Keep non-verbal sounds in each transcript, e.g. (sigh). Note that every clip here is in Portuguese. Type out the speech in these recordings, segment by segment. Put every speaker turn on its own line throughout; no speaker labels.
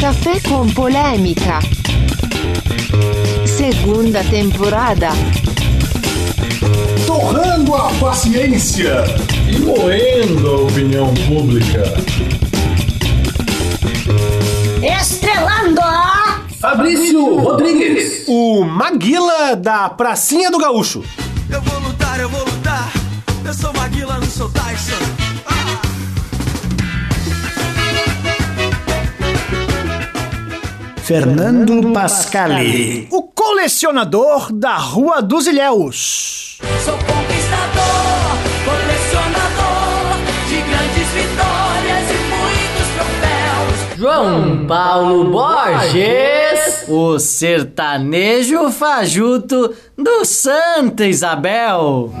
Você com Polêmica. Segunda temporada.
torrando a paciência
e moendo a opinião pública.
Estrelando!
Fabrício Rodrigues, o Maguila da Pracinha do Gaúcho.
Eu vou lutar, eu vou lutar. Eu sou Maguila, não sou Tyson.
Fernando Pascali.
O colecionador da Rua dos Ilhéus.
Sou conquistador, colecionador de grandes vitórias e muitos troféus.
João Paulo Borges, o sertanejo fajuto do Santa Isabel.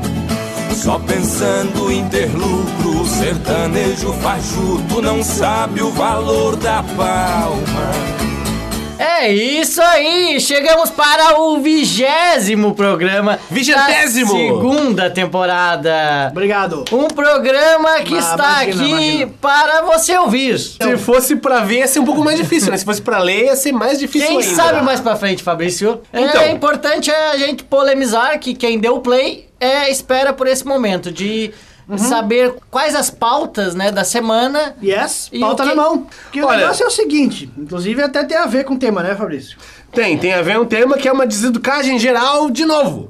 Só pensando em ter lucro, o sertanejo fajuto não sabe o valor da palma.
É isso aí! Chegamos para o vigésimo programa.
Vigentésimo!
Da segunda temporada.
Obrigado.
Um programa que
Ma-
está
imagina,
aqui
imagina.
para você ouvir.
Se fosse pra ver, ia ser um pouco mais difícil, né? Se fosse pra ler, ia ser mais difícil
Quem
ainda.
sabe mais pra frente, Fabrício?
Então.
É importante é a gente polemizar que quem deu play é espera por esse momento de saber quais as pautas, né, da semana.
Yes,
E
pauta
o que-
na mão. Que o
Olha-
negócio é o seguinte, inclusive até tem a ver com o tema, né, Fabrício?
Tem, tem a ver um tema que é uma deseducagem geral de novo.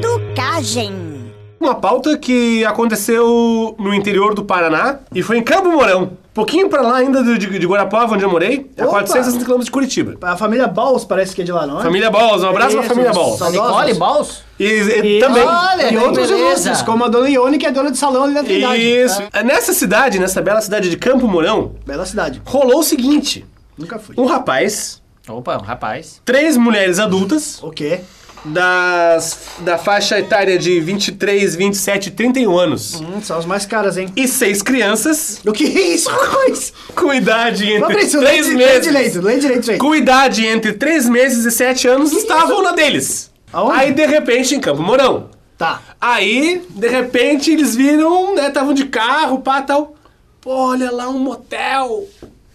Deseducagem.
Uma pauta que aconteceu no interior do Paraná e foi em Campo Mourão. Pouquinho pra lá ainda de, de, de Guarapuava, onde eu morei, a
Opa!
460 km de Curitiba.
A família Balls parece que é de lá, não é?
Família Balls, um abraço pra
Isso,
família Balls.
saudosa.
Nicole Baus?
E, e
E-
também.
Olha,
E
que
outros
beleza.
ilustres, como a dona Ione, que é dona de salão ali na Trindade.
Isso. É,
Tá?
Nessa cidade, nessa bela cidade de Campo Mourão,
Bela cidade.
rolou o seguinte:
Nunca fui.
um rapaz,
Opa, um rapaz.
três mulheres adultas,
O quê?
das, da faixa etária de 23, 27 e 31 anos,
Hum, são as mais caras, hein?
e seis crianças
O que é isso, rapaz?
com idade entre
Fabrício, lê,
(laughs) três
di- lê
meses.
né? direito, lê direito, gente.
Com idade entre 3 meses e 7 anos estavam na deles.
Aonde?
Aí, de repente, em Campo Mourão.
Tá.
Aí, de repente, eles viram, né? Estavam de carro, pá, tal. Pô, olha lá um motel.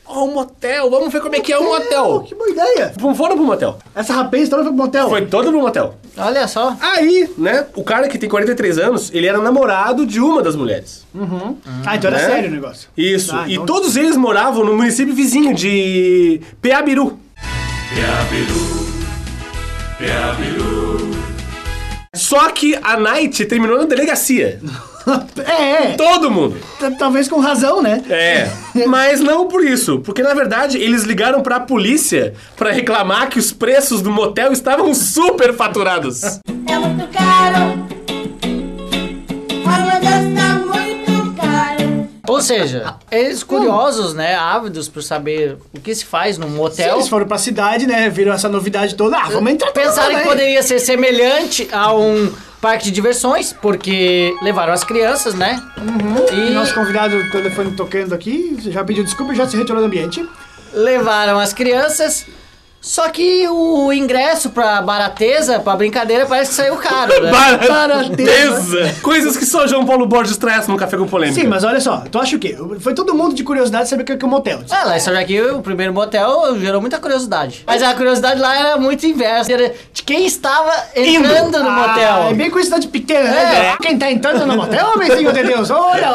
Ó, um motel. Vamos ver como é que é um
Pô,
motel.
que boa ideia.
Vamos- Foram pro motel.
Essa rapaz toda foi pro motel.
Foi todo pro motel.
Olha só.
Aí, né? O cara que tem 43 anos, ele era namorado de uma das mulheres.
Ah, então era
Né?
sério o negócio.
Isso.
Ah,
E
então-
todos eles moravam no município vizinho de Peabiru. Só que a Night terminou na delegacia.
É, é.
Todo mundo.
T- Talvez com razão, né? (laughs)
É, mas não por isso, porque na verdade eles ligaram pra polícia pra reclamar que os preços do motel estavam super faturados.
É muito caro. Amadas tá muito caro.
Ou seja, eles curiosos, né, ávidos por saber o que se faz num
Se
motel.
eles foram pra cidade, né? Viram essa novidade toda. Ah, vamos entrar
Pensaram
também.
que poderia ser semelhante a um parque de diversões, porque levaram as crianças, né?
E nosso
E
convidado, o telefone tocando aqui, já pediu desculpa e já se retirou do ambiente.
levaram as crianças. Só que o ingresso pra barateza, pra brincadeira, parece que saiu caro,
(laughs)
né?
Barateza! Coisas que só João Paulo Borges traz no Café com Polêmica.
Sim, mas olha só, tu acha o quê? Foi todo mundo de curiosidade saber o que é que é um motel.
É, lá em São Joaquim, o primeiro motel gerou muita curiosidade. Mas a curiosidade lá era muito inversa. Era de quem estava entrando no motel.
Ah, é bem curiosidade pequena, né?
É.
Bia? Quem tá entrando no motel, vizinho de Deus? Olha,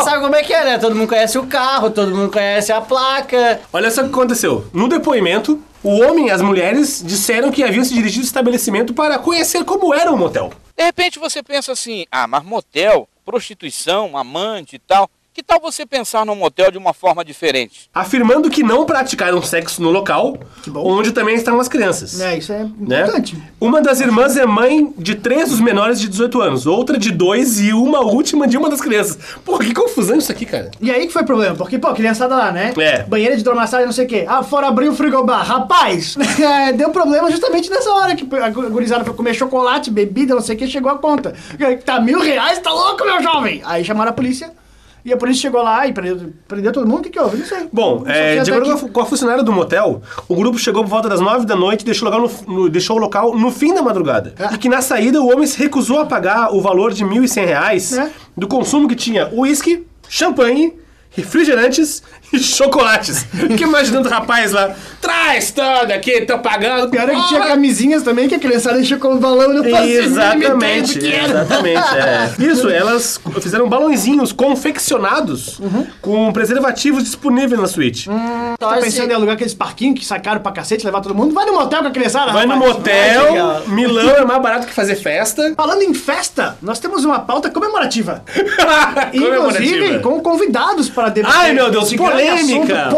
(laughs) Sabe como é que é, né? Todo mundo conhece o carro, todo mundo conhece a placa.
Olha só o que aconteceu. No depoimento, o homem e as mulheres disseram que haviam se dirigido ao estabelecimento para conhecer como era o motel.
De repente você pensa assim, ah, mas motel, prostituição, amante e tal. Que tal você pensar num motel de uma forma diferente?
Afirmando que não praticaram sexo no local,
bom.
onde também estavam as crianças.
É, isso é
né?
importante.
Uma das irmãs é mãe de três dos menores de 18 anos, outra de dois e uma última de uma das crianças. Pô, que confusão isso aqui, cara.
E aí que foi o problema, porque, pô, criançada lá, né?
É.
Banheira de hidromassagem, não sei o quê. Ah, fora abrir o frigobar. Rapaz, (laughs) é, deu problema justamente nessa hora que a gu- gurizada foi comer chocolate, bebida, não sei o quê, chegou a conta. Tá mil reais, tá louco, meu jovem? Aí chamaram a polícia. E a polícia chegou lá e prendeu, prendeu todo mundo, o que que houve? Não sei.
Bom,
Não sei
é,
até
de acordo
aqui.
com a fu- com a funcionária do motel, o grupo chegou por volta das 9 da noite e deixou, o local no- no- deixou o local no fim da madrugada.
É.
E que na saída o homem se recusou a pagar o valor de R$ 1.100 reais
É.
do consumo que tinha uísque, champanhe refrigerantes e (laughs) chocolates. Fiquei imaginando o rapaz lá, traz todo aqui, tô pagando.
Pior é que tinha
Porra!
camisinhas também que a criançada encheu com o balão e não fazia
Exatamente,
a mínima ideia do que era.
exatamente. é.
(laughs)
Isso, elas fizeram balãozinhos confeccionados
Uhum.
com preservativos disponíveis na suíte.
Tá pensando em alugar aqueles parquinhos que sacaram pra cacete, levar todo mundo? Vai no motel com a criançada,
Vai no
rapaz.
motel,
Ah, Vai, diga.
Milão é mais barato que fazer festa.
Falando em festa, nós temos uma
(laughs)
pauta comemorativa. (laughs) Inclusive,
Comemorativa.
com convidados para debater.
Ai, meu Deus,
esse grande
polêmica.
assunto,
E o,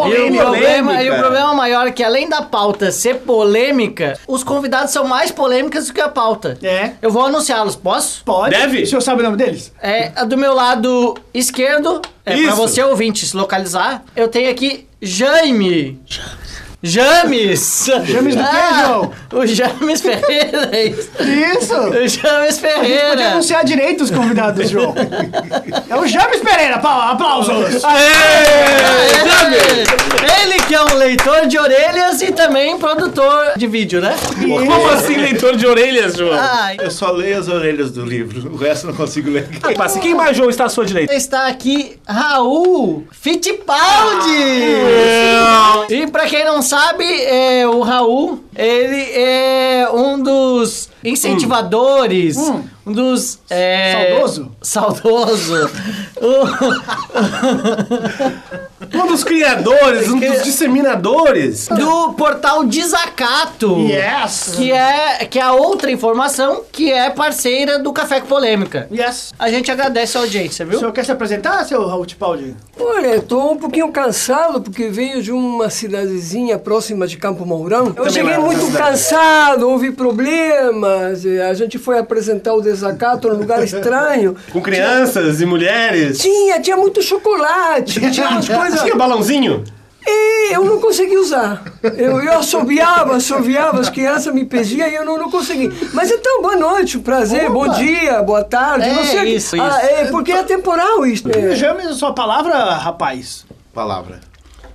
problema,
Polêmica.
Polêmica.
e o problema maior é que além da pauta ser polêmica, os convidados são mais polêmicas do que a pauta.
É.
Eu vou anunciá-los, posso?
Pode.
Deve?
O senhor sabe o nome deles?
É, do meu lado esquerdo, é pra
Isso.
você ouvinte se localizar, eu tenho aqui Jaime. James!
James do quê, João?
O James Ferreira. é isso.
Isso!
O James
Podia
Ferreira.
anunciar direito os
(laughs)
convidados, João. é o James Pereira, pau, aplausos!
Aê!
É, Ele que é um leitor de orelhas e também produtor de vídeo, né?
Como assim, leitor de orelhas, João?
Ah,
Eu só leio as orelhas do livro, o resto eu não consigo ler.
Passa, quem mais, João, está à sua direita?
Está aqui Raul Fittipaldi! E pra quem não sabe, é, o Raul, ele é um dos incentivadores, um dos... é,
Hum. Saudoso? (laughs)
Saudoso.
Um dos criadores, um dos disseminadores.
O- do portal Desacato.
Uh.
Yes!
Que é, que é a outra informação que é parceira do Café com Polêmica.
Yes!
A gente agradece a audiência,
O
viu?
senhor quer se apresentar, seu Raul Tipaldi?
Olha, eu tô um pouquinho cansado porque veio de uma cidadezinha próxima de Campo Mourão. Eu cheguei
é
lá,
muito cansado, houve problemas. eh, A gente foi apresentar o desacato num lugar estranho.
Com crianças e mulheres.
Tinha, tinha muito chocolate, tinha
(laughs)
umas coisas.
Tinha balãozinho?
E eu não consegui usar. Eu, eu assobiava, assobiava, as crianças me pediam e eu não, não consegui. Mas então, boa noite, um prazer, bom dia, boa tarde.
É,
não sei.
isso,
Ah,
isso.
é, porque é temporal isso.
É.
É.
James, a sua palavra, rapaz.
Palavra.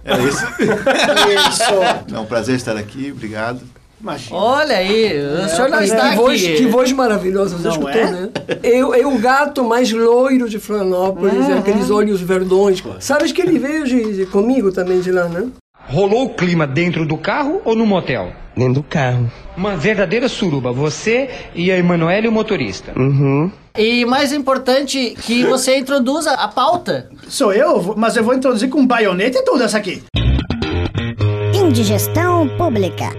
Era (laughs) isso?
Isso.
Não, um prazer estar aqui, obrigado.
Imagina.
Olha aí, o senhor
É,
não está
É, que
aqui.
voz, que voz maravilhosa, você
Não
escutou,
é?
né? Eu, eu, o gato mais loiro de Florianópolis,
Uhum.
aqueles olhos verdões. Sabes que ele veio de, de- comigo também de lá, né?
Rolou o clima dentro do carro ou no motel? Dentro do carro. Uma verdadeira suruba, você e a Emanuele, o motorista. Uhum.
E mais importante, que você introduza a pauta.
Sou eu, vou- mas eu vou introduzir com baioneta e tudo essa aqui.
Indigestão pública.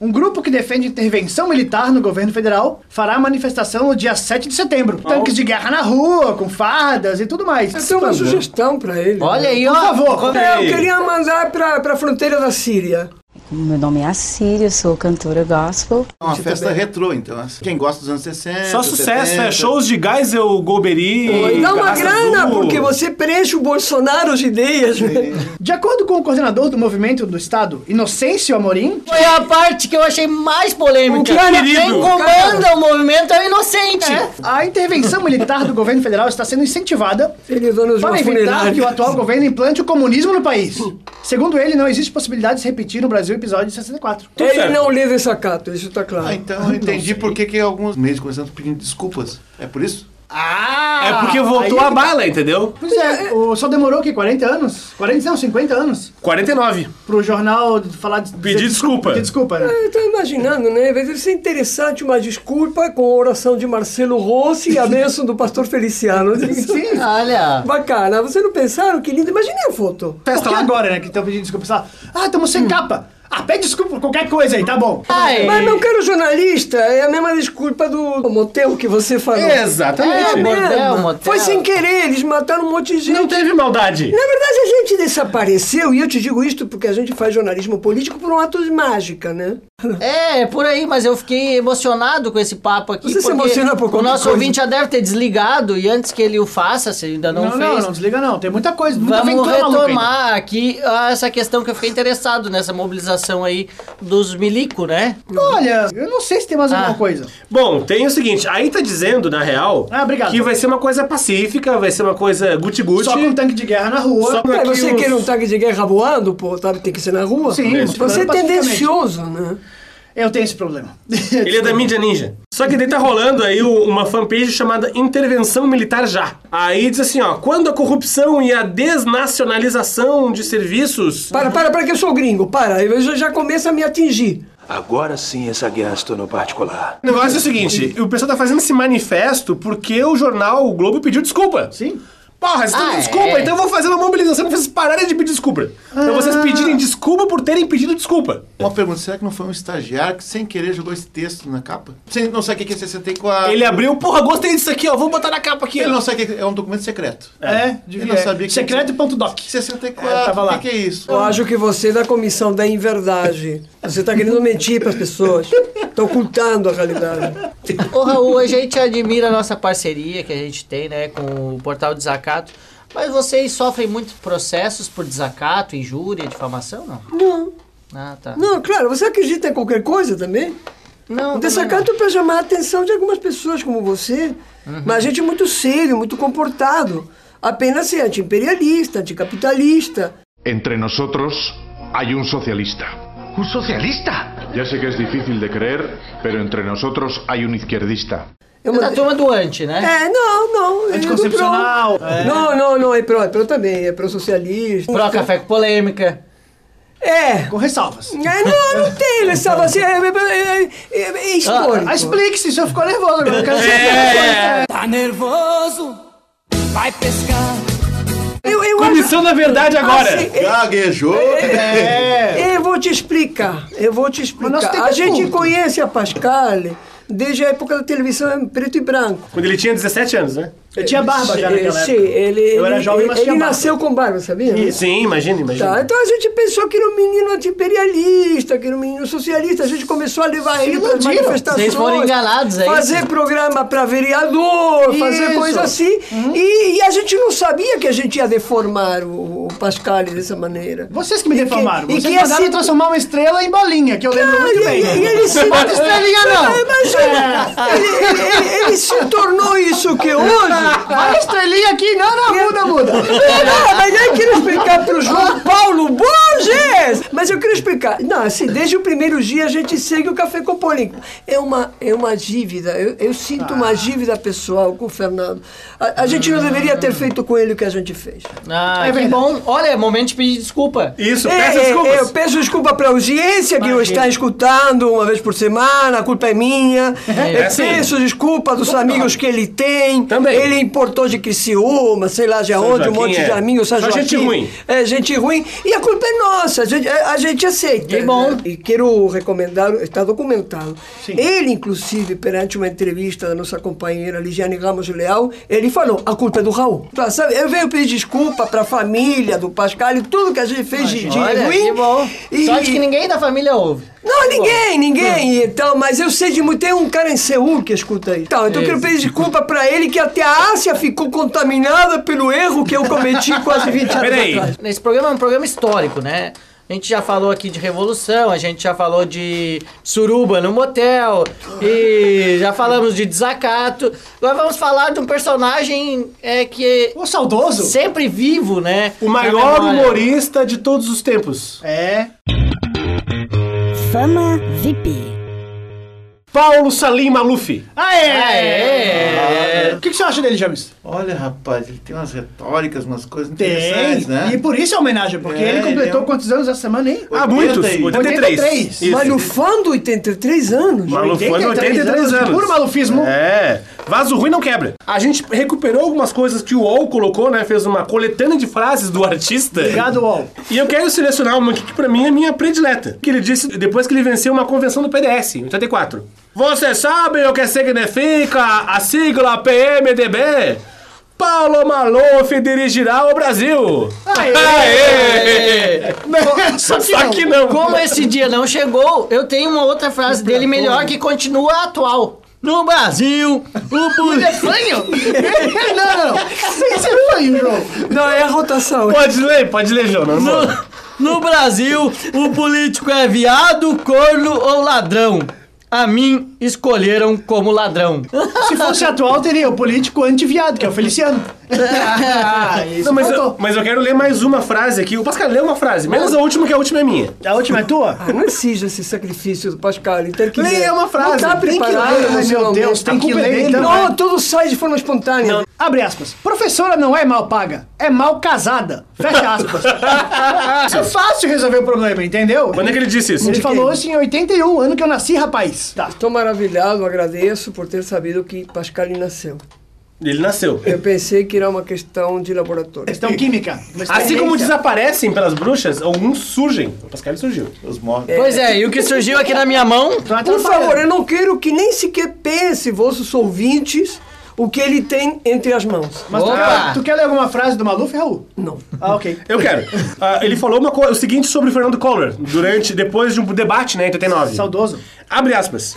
Um grupo que defende intervenção militar no governo federal fará manifestação no dia 7 de setembro. Tanques de guerra na rua, com fardas e tudo mais.
Eu tenho uma sugestão pra ele.
Olha aí,
Por
ó.
favor.
É, eu queria mandar pra, pra fronteira da Síria.
Meu nome é Assírio, sou cantora gospel.
É
tá
uma festa retrô, então. assim, Quem gosta dos anos 60.
Só sucesso,
70.
é shows de Geisel, Golbery.
E dá uma
Garrafa
grana,
Azul.
porque você preenche o Bolsonaro de ideias. né?
De acordo com o coordenador do movimento do Estado, Inocêncio Amorim,
Foi a parte que eu achei mais polêmica.
Um
O cara
Quem
querido.
comanda o movimento é o inocente.
né, a intervenção militar do governo federal está sendo incentivada
Ele é dono de uma
para evitar que o
funerária.
atual governo implante o comunismo no país. Segundo ele, não existe possibilidade de se repetir no Brasil o episódio de 64.
Ele não lê desacato, isso tá claro.
Ah, então eu entendi por que que alguns meios de comunicação estão pedindo desculpas. É por isso?
Ah!
É porque voltou
aí-
a bala, entendeu?
Pois é, o, só demorou o quê? 40 anos? 40 não, 50 anos.
49.
Pro jornal falar de.
Pedir desculpa.
Pedir desculpa, né?
Eu tô imaginando, né? Deve ser interessante uma desculpa com a oração de Marcelo Rossi e a bênção do pastor Feliciano. (laughs)
Sim.
Ah,
Olha.
Bacana. Vocês não pensaram? Que lindo. Imagine a foto.
Festa lá agora, né? Que estão pedindo desculpa. sei lá. Ah, estamos
Hum.
sem capa. Ah, pede desculpa por qualquer coisa aí, tá bom.
Ai.
Mas, meu caro jornalista, é a mesma desculpa do motel que você falou.
É,
Exatamente.
motel,
Mesma.
motel.
Foi sem querer, eles mataram um monte de gente.
Não teve maldade.
Na verdade, a gente desapareceu, e eu te digo isto porque a gente faz jornalismo político por um ato de mágica, né?
É, é por aí, mas eu fiquei emocionado com esse papo aqui.
Você se
porque
emociona por
O
qualquer
nosso
coisa.
ouvinte já deve ter desligado e antes que ele o faça, se ainda não,
Não, não,
fez.
não, desliga não. Tem muita coisa. Muita
Vamos
aventura maluca ainda.
retomar aqui ah, essa questão que eu fiquei interessado nessa mobilização aí dos milico, né?
Olha, eu não sei se tem mais alguma
Ah.
coisa.
Bom, tem o seguinte, aí tá dizendo, na real,
Ah, obrigado.
que vai ser uma coisa pacífica, vai ser uma coisa guti-guti.
Só com um tanque de guerra na rua.
Só com
Ué,
aqui
você
os-
quer um tanque de guerra voando, pô, tá, tem que ser na rua?
Sim, mas
Você é
pacificamente.
tendencioso, né?
Eu tenho esse problema.
Ele é da mídia ninja. Só que daí tá rolando aí o- uma fanpage chamada Intervenção Militar Já. Aí diz assim, ó, quando a corrupção e a desnacionalização de serviços...
Para, para, para que eu sou gringo, para. Eu já, já começa a me atingir.
Agora sim essa guerra se tornou particular.
O negócio é o seguinte, o pessoal tá fazendo esse manifesto porque o jornal O Globo pediu desculpa. Sim. Porra, vocês estão
Ah,
pedindo desculpa,
é.
então eu vou fazer uma mobilização pra vocês pararem de pedir desculpa. Então
Ah.
vocês pedirem desculpa por terem pedido desculpa.
Uma pergunta, será que não foi um estagiário que sem querer jogou esse texto na capa? Sem não sabe o que que é 64.
Ele abriu, porra, gostei disso aqui, ó, vou botar na capa aqui.
Ele não sabe o que que é, é um documento secreto.
É,
Ele não sabia que
Secreto.doc.
64, o que que é isso?
Eu acho que você é da comissão da inverdade. Você tá querendo mentir pras pessoas. Tá ocultando a realidade.
Ô Raul, a gente admira a nossa parceria que a gente tem, né, com o Portal Desacato. Mas vocês sofrem muitos processos por desacato, injúria, difamação, não?
Não.
Ah, tá.
Não, claro, você acredita em qualquer coisa também?
Não.
O desacato é para chamar a atenção de algumas pessoas como você, mas gente muito sério, muito comportado. Apenas ser anti-imperialista, anticapitalista.
Entre nosotros hay un socialista. ¿Un socialista? Ya sé que es difícil de creer, pero entre nosotros hay un izquierdista.
É uma... da
Tá, turma do anti, né?
É, não, não. é do
Anticoncepcional.
pró.
É.
Não, não, não, é pró, é pró também, é pró-socialista.
Pró-café com polêmica.
É.
Com ressalvas.
É, não, não tem, ele estava assim, é, é, é, é, é histórico.
Ah, ah, explique-se, o senhor ficou nervoso agora. eu quero saber.
É.
Tá nervoso? Vai pescar.
Eu, eu
Comissão da verdade agora.
Assim, é-
Gaguejou.
É.
É.
Eu vou te explicar. Eu vou te
nosso
explicar.
tempo
A
é
gente
curto.
conhece a Pascal desde a época da televisão em preto e branco.
Quando ele tinha 17 anos, né?
Eu tinha barba já
Sim,
naquela
Sim,
época.
ele,
Eu era
ele-
jovem, mas
ele
tinha barba.
nasceu com barba, sabia?
Sim, imagina, imagina.
Tá, então a gente pensou que era um menino anti-imperialista, que era um menino socialista. A gente começou a levar
Se
ele para as
iludiram.
manifestações.
Vocês foram enganados, é
Fazer
isso?
programa para vereador, fazer
Isso.
coisa assim.
Uhum.
E, e a gente não sabia que a gente ia deformar o, o Pascal dessa maneira.
Vocês que me
E
deformaram.
e
Vocês
que
mandaram
assim-
eu transformar uma estrela em bolinha, que eu lembro muito
e-
bem. né?
e- e ele
(laughs)
se-
Não bota estrelinha, não.
É, mas
É.
ele, ele- ele- ele se tornou isso que hoje. É,
Olha a estrelinha aqui. Não, não, muda, muda.
Não, mas eu queria explicar pro João Paulo Borges! Mas eu queria explicar. Não, assim, desde o primeiro dia a gente segue o Café Copolínico. É uma, é uma dívida. Eu, eu sinto
Ah.
uma dívida pessoal com o Fernando. A, a gente não deveria ter feito com ele o que a gente fez.
Ah,
É
que
verdade.
bom. Olha, é momento de pedir desculpa.
Isso,
É, é, eu peço desculpa para a audiência que não está escutando uma vez por semana, a culpa é minha.
É,
Eu
é assim.
peço desculpa dos amigos que ele tem. Também. Ele importou de Criciúma, sei lá de
São
onde, um
Joaquim,
monte de
é.
amigos, São
Só
Joaquim.
gente ruim.
É, gente ruim. E a culpa é nossa, a gente, a- a gente aceita. né? E quero recomendar, está documentado. Ele, inclusive, perante uma entrevista da nossa companheira Ligiane Ramos Leal, ele falou, a culpa é do Raul. Tá, sabe? Eu venho pedir desculpa para a família do Pascal e tudo que a gente fez de, de
Olha,
ruim.
que bom.
E-
Sorte que ninguém tá da família ouve.
Não, ninguém, ninguém. Então, mas eu sei de muito. Tem um cara em Seul que escuta isso. Então, então eu quero
Esse.
pedir desculpa pra ele que até a Ásia ficou contaminada pelo erro que eu cometi quase 20 anos atrás.
Esse programa é um programa histórico, né? A gente já falou aqui de Revolução, a gente já falou de Suruba no Motel, e já falamos de Desacato. Agora vamos falar de um personagem é, que... O
saudoso.
Sempre vivo, né?
O maior humorista de todos os tempos.
É.
Fama VIP. Paulo Salim Maluf.
Aê!
Aê!
O que, que você acha dele, James?
Olha, rapaz, ele tem umas retóricas, umas coisas interessantes, né?
E por isso é homenagem, porque
É, ele
ele
é
completou
um-
quantos anos essa semana, hein?
Ah, muitos, 83. Isso.
Malufando 83 anos.
Malufando 83 anos.
Puro malufismo.
É. Vaso ruim não quebra. A gente recuperou algumas coisas que o UOL colocou, né? Fez uma coletânea de frases do artista.
Obrigado, UOL.
E eu quero selecionar uma aqui que pra mim é minha predileta. Que ele disse depois que ele venceu uma convenção do PDS, em 84. Vocês sabem o que significa a sigla PMDB? Paulo Maluf dirigirá o Brasil.
Aê!
Não,
Só que não.
Como esse dia não chegou, eu tenho uma outra frase dele melhor que continua atual. No Brasil,
(laughs)
o
Ele é fanho? não, não, não. Isso é fanho, João.
Não, é a rotação.
Pode ler, pode ler, Jonas.
No, no Brasil, o político é viado, corno ou ladrão. A mim escolheram como ladrão.
Se fosse atual, teria o político anti-viado, que é o Feliciano.
Não, mas, eu, mas eu quero ler mais uma frase aqui. O Pascal, lê uma frase. Menos a última, que a última é minha.
A última é tua?
Ah, não exija esse sacrifício do Pascal. Tem que
Leia
ler.
uma frase.
Não tá
Tem que
preparado
ler,
emocionalmente.
meu Deus, tem
A
que
culpa é
ler,
dele.
então,
Não,
né?
tudo sai de forma espontânea.
Abre aspas. Professora não é mal paga, é mal casada. Fecha aspas. Isso é fácil resolver o problema, entendeu?
Quando é que ele disse isso?
Ele
De
falou
quem?
isso em 81, ano que eu nasci, rapaz. Tá.
Estou maravilhado, agradeço por ter sabido que Pascal nasceu.
Ele nasceu.
Eu pensei que era uma questão de laboratório.
Questão química.
Assim como desaparecem pelas bruxas, alguns surgem. O Pascal surgiu. Os mortos.
Pois é, e o que surgiu aqui na minha mão?
é
Por favor, eu não quero que nem sequer pense, vossos ouvintes, o que ele tem entre as mãos.
Mas tu quer, tu quer ler alguma frase do Maluf, Raul?
Não.
Ah, ok.
Eu quero. Ah, ele falou uma co- o seguinte sobre o Fernando Collor, durante, depois de um debate, né, em 89.
Saudoso.
Abre aspas.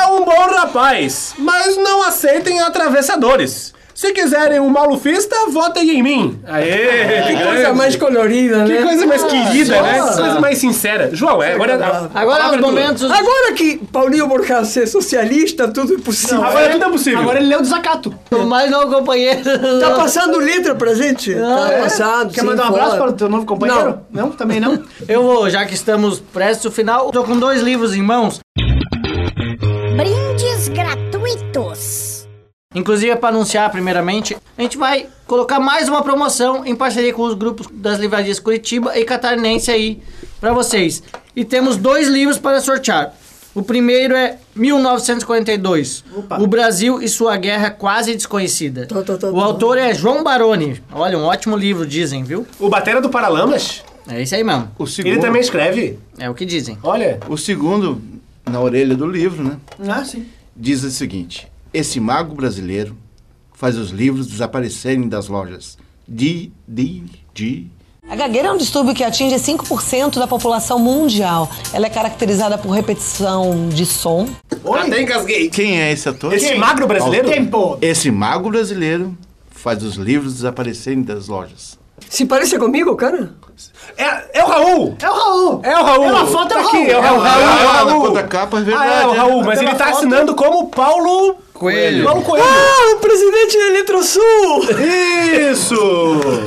É um bom rapaz, mas não aceitem atravessadores. Se quiserem um malufista, votem em mim. Aê!
Que
grande.
coisa mais colorida, né?
Que coisa mais
Ah,
querida, né?
só.
Que coisa mais sincera. João, é, agora... a-
Agora
palavra
os
é tua.
momentos. Agora que Paulinho Borcacê é socialista, tudo é possível.
Não, agora tudo é possível.
Agora ele leu o desacato.
Mais não, companheiro.
Tá
Então, (laughs)
passando letra pra gente? tá
É?
passado.
Quer
sim,
mandar um
fora.
abraço para o teu novo companheiro? Não, também não.
Eu vou, já que estamos prestes ao final, tô com dois livros em mãos.
Brindes gratuitos.
Inclusive, é para anunciar primeiramente, a gente vai colocar mais uma promoção em parceria com os grupos das livrarias Curitiba e Catarinense aí para vocês. E temos dois livros para sortear. O primeiro é 1942, O Brasil e Sua Guerra Quase Desconhecida. O autor é João Baroni. Olha, um ótimo livro, dizem, viu?
O Batera do Paralamas?
É isso aí mesmo.
Ele também escreve?
É o que dizem.
Olha.
O segundo, na orelha do livro, né?
Ah, sim.
Diz o seguinte: Esse mago brasileiro faz os livros desaparecerem das lojas. Di, di, di.
A gagueira é um distúrbio que atinge 5% da população mundial. Ela é caracterizada por repetição de som.
Até engasguei. Quem é esse ator?
Esse Quem? magro brasileiro?
Tempo. Esse mago brasileiro faz os livros desaparecerem das lojas.
Se parece comigo, cara?
É, é o Raul!
É o Raul!
É o Raul!
Pela foto é o
Tá aqui,
Raul!
é o Raul! é o
Ah,
Raul.
na contracapa é verdade,
Ah, é o
é.
Raul, mas
Pela
ele tá
foto.
assinando como Paulo...
Coelho.
Paulo Coelho.
Ah, o presidente da Eletrosul!
Isso!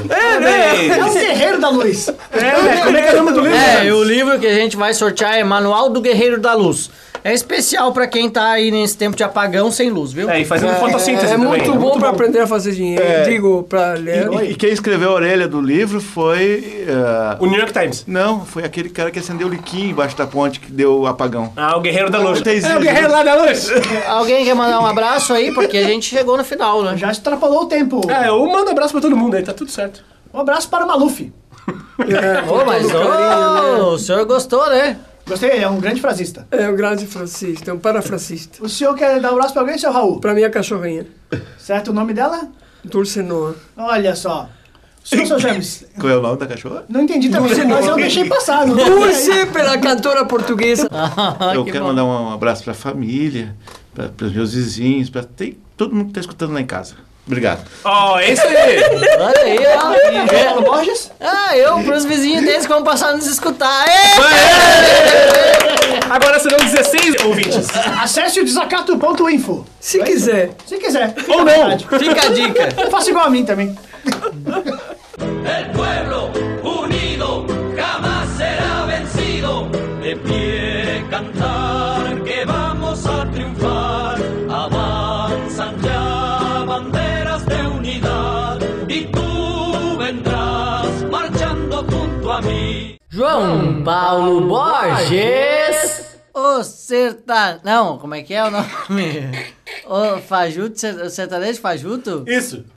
É, né?
É o guerreiro da luz.
É, né? Como é que é o nome do livro?
É,
Adams?
e o livro que a gente vai sortear é Manual do Guerreiro da Luz. É especial pra quem tá aí nesse tempo de apagão sem luz, viu?
É, e fazendo
É, muito bom pra aprender a fazer dinheiro.
É.
Digo, pra ler.
E, e quem escreveu a orelha do livro foi. eh,
O New York Times.
Não, foi aquele cara que acendeu o liquinho embaixo da ponte que deu o apagão.
Ah, o Guerreiro da Luz.
Não tem
É o
isso.
Guerreiro lá da
(laughs)
Luz.
Alguém quer mandar um abraço aí? Porque a gente chegou no final, né?
Já extrapolou o tempo.
É, eu mando abraço pra todo mundo aí, tá tudo certo.
Um abraço para o Maluf.
Ô, mas ô, o senhor gostou, né?
Gostei, ele é um grande frasista.
É o grande francista, é um parafrancista.
O senhor quer dar um abraço pra alguém, seu Raul?
Pra minha cachorrinha,
Certo o nome dela?
Dulcenoa.
Olha só. Senhor, seu James,
Qual é o nome da cachorra?
não entendi também, mas eu deixei passar. Não
Dulce, pela cantora portuguesa.
Eu quero mandar um abraço pra família, pra, pros meus vizinhos, pra tem- todo mundo que tá escutando lá em casa. Obrigado.
Ó, oh, esse aí.
Olha aí, ó.
Paulo Borges?
Ah, eu, pros vizinhos deles que vão passar a nos escutar. é. Ê!
Agora serão 16 ouvintes.
Acesse o desacato.info.
Se quiser.
Se quiser.
Ou não.
Fica a dica.
Faça igual a mim também.
El pueblo unido jamás será vencido. De pie cantar que vamos a triunfar. Avanzan ya banderas de unidad y tú vendrás marchando junto a mí.
João Paulo Borges. O sertanejo. Não, como é que é o nome? O Fajuto, ser- o sertanejo Fajuto?
Isso.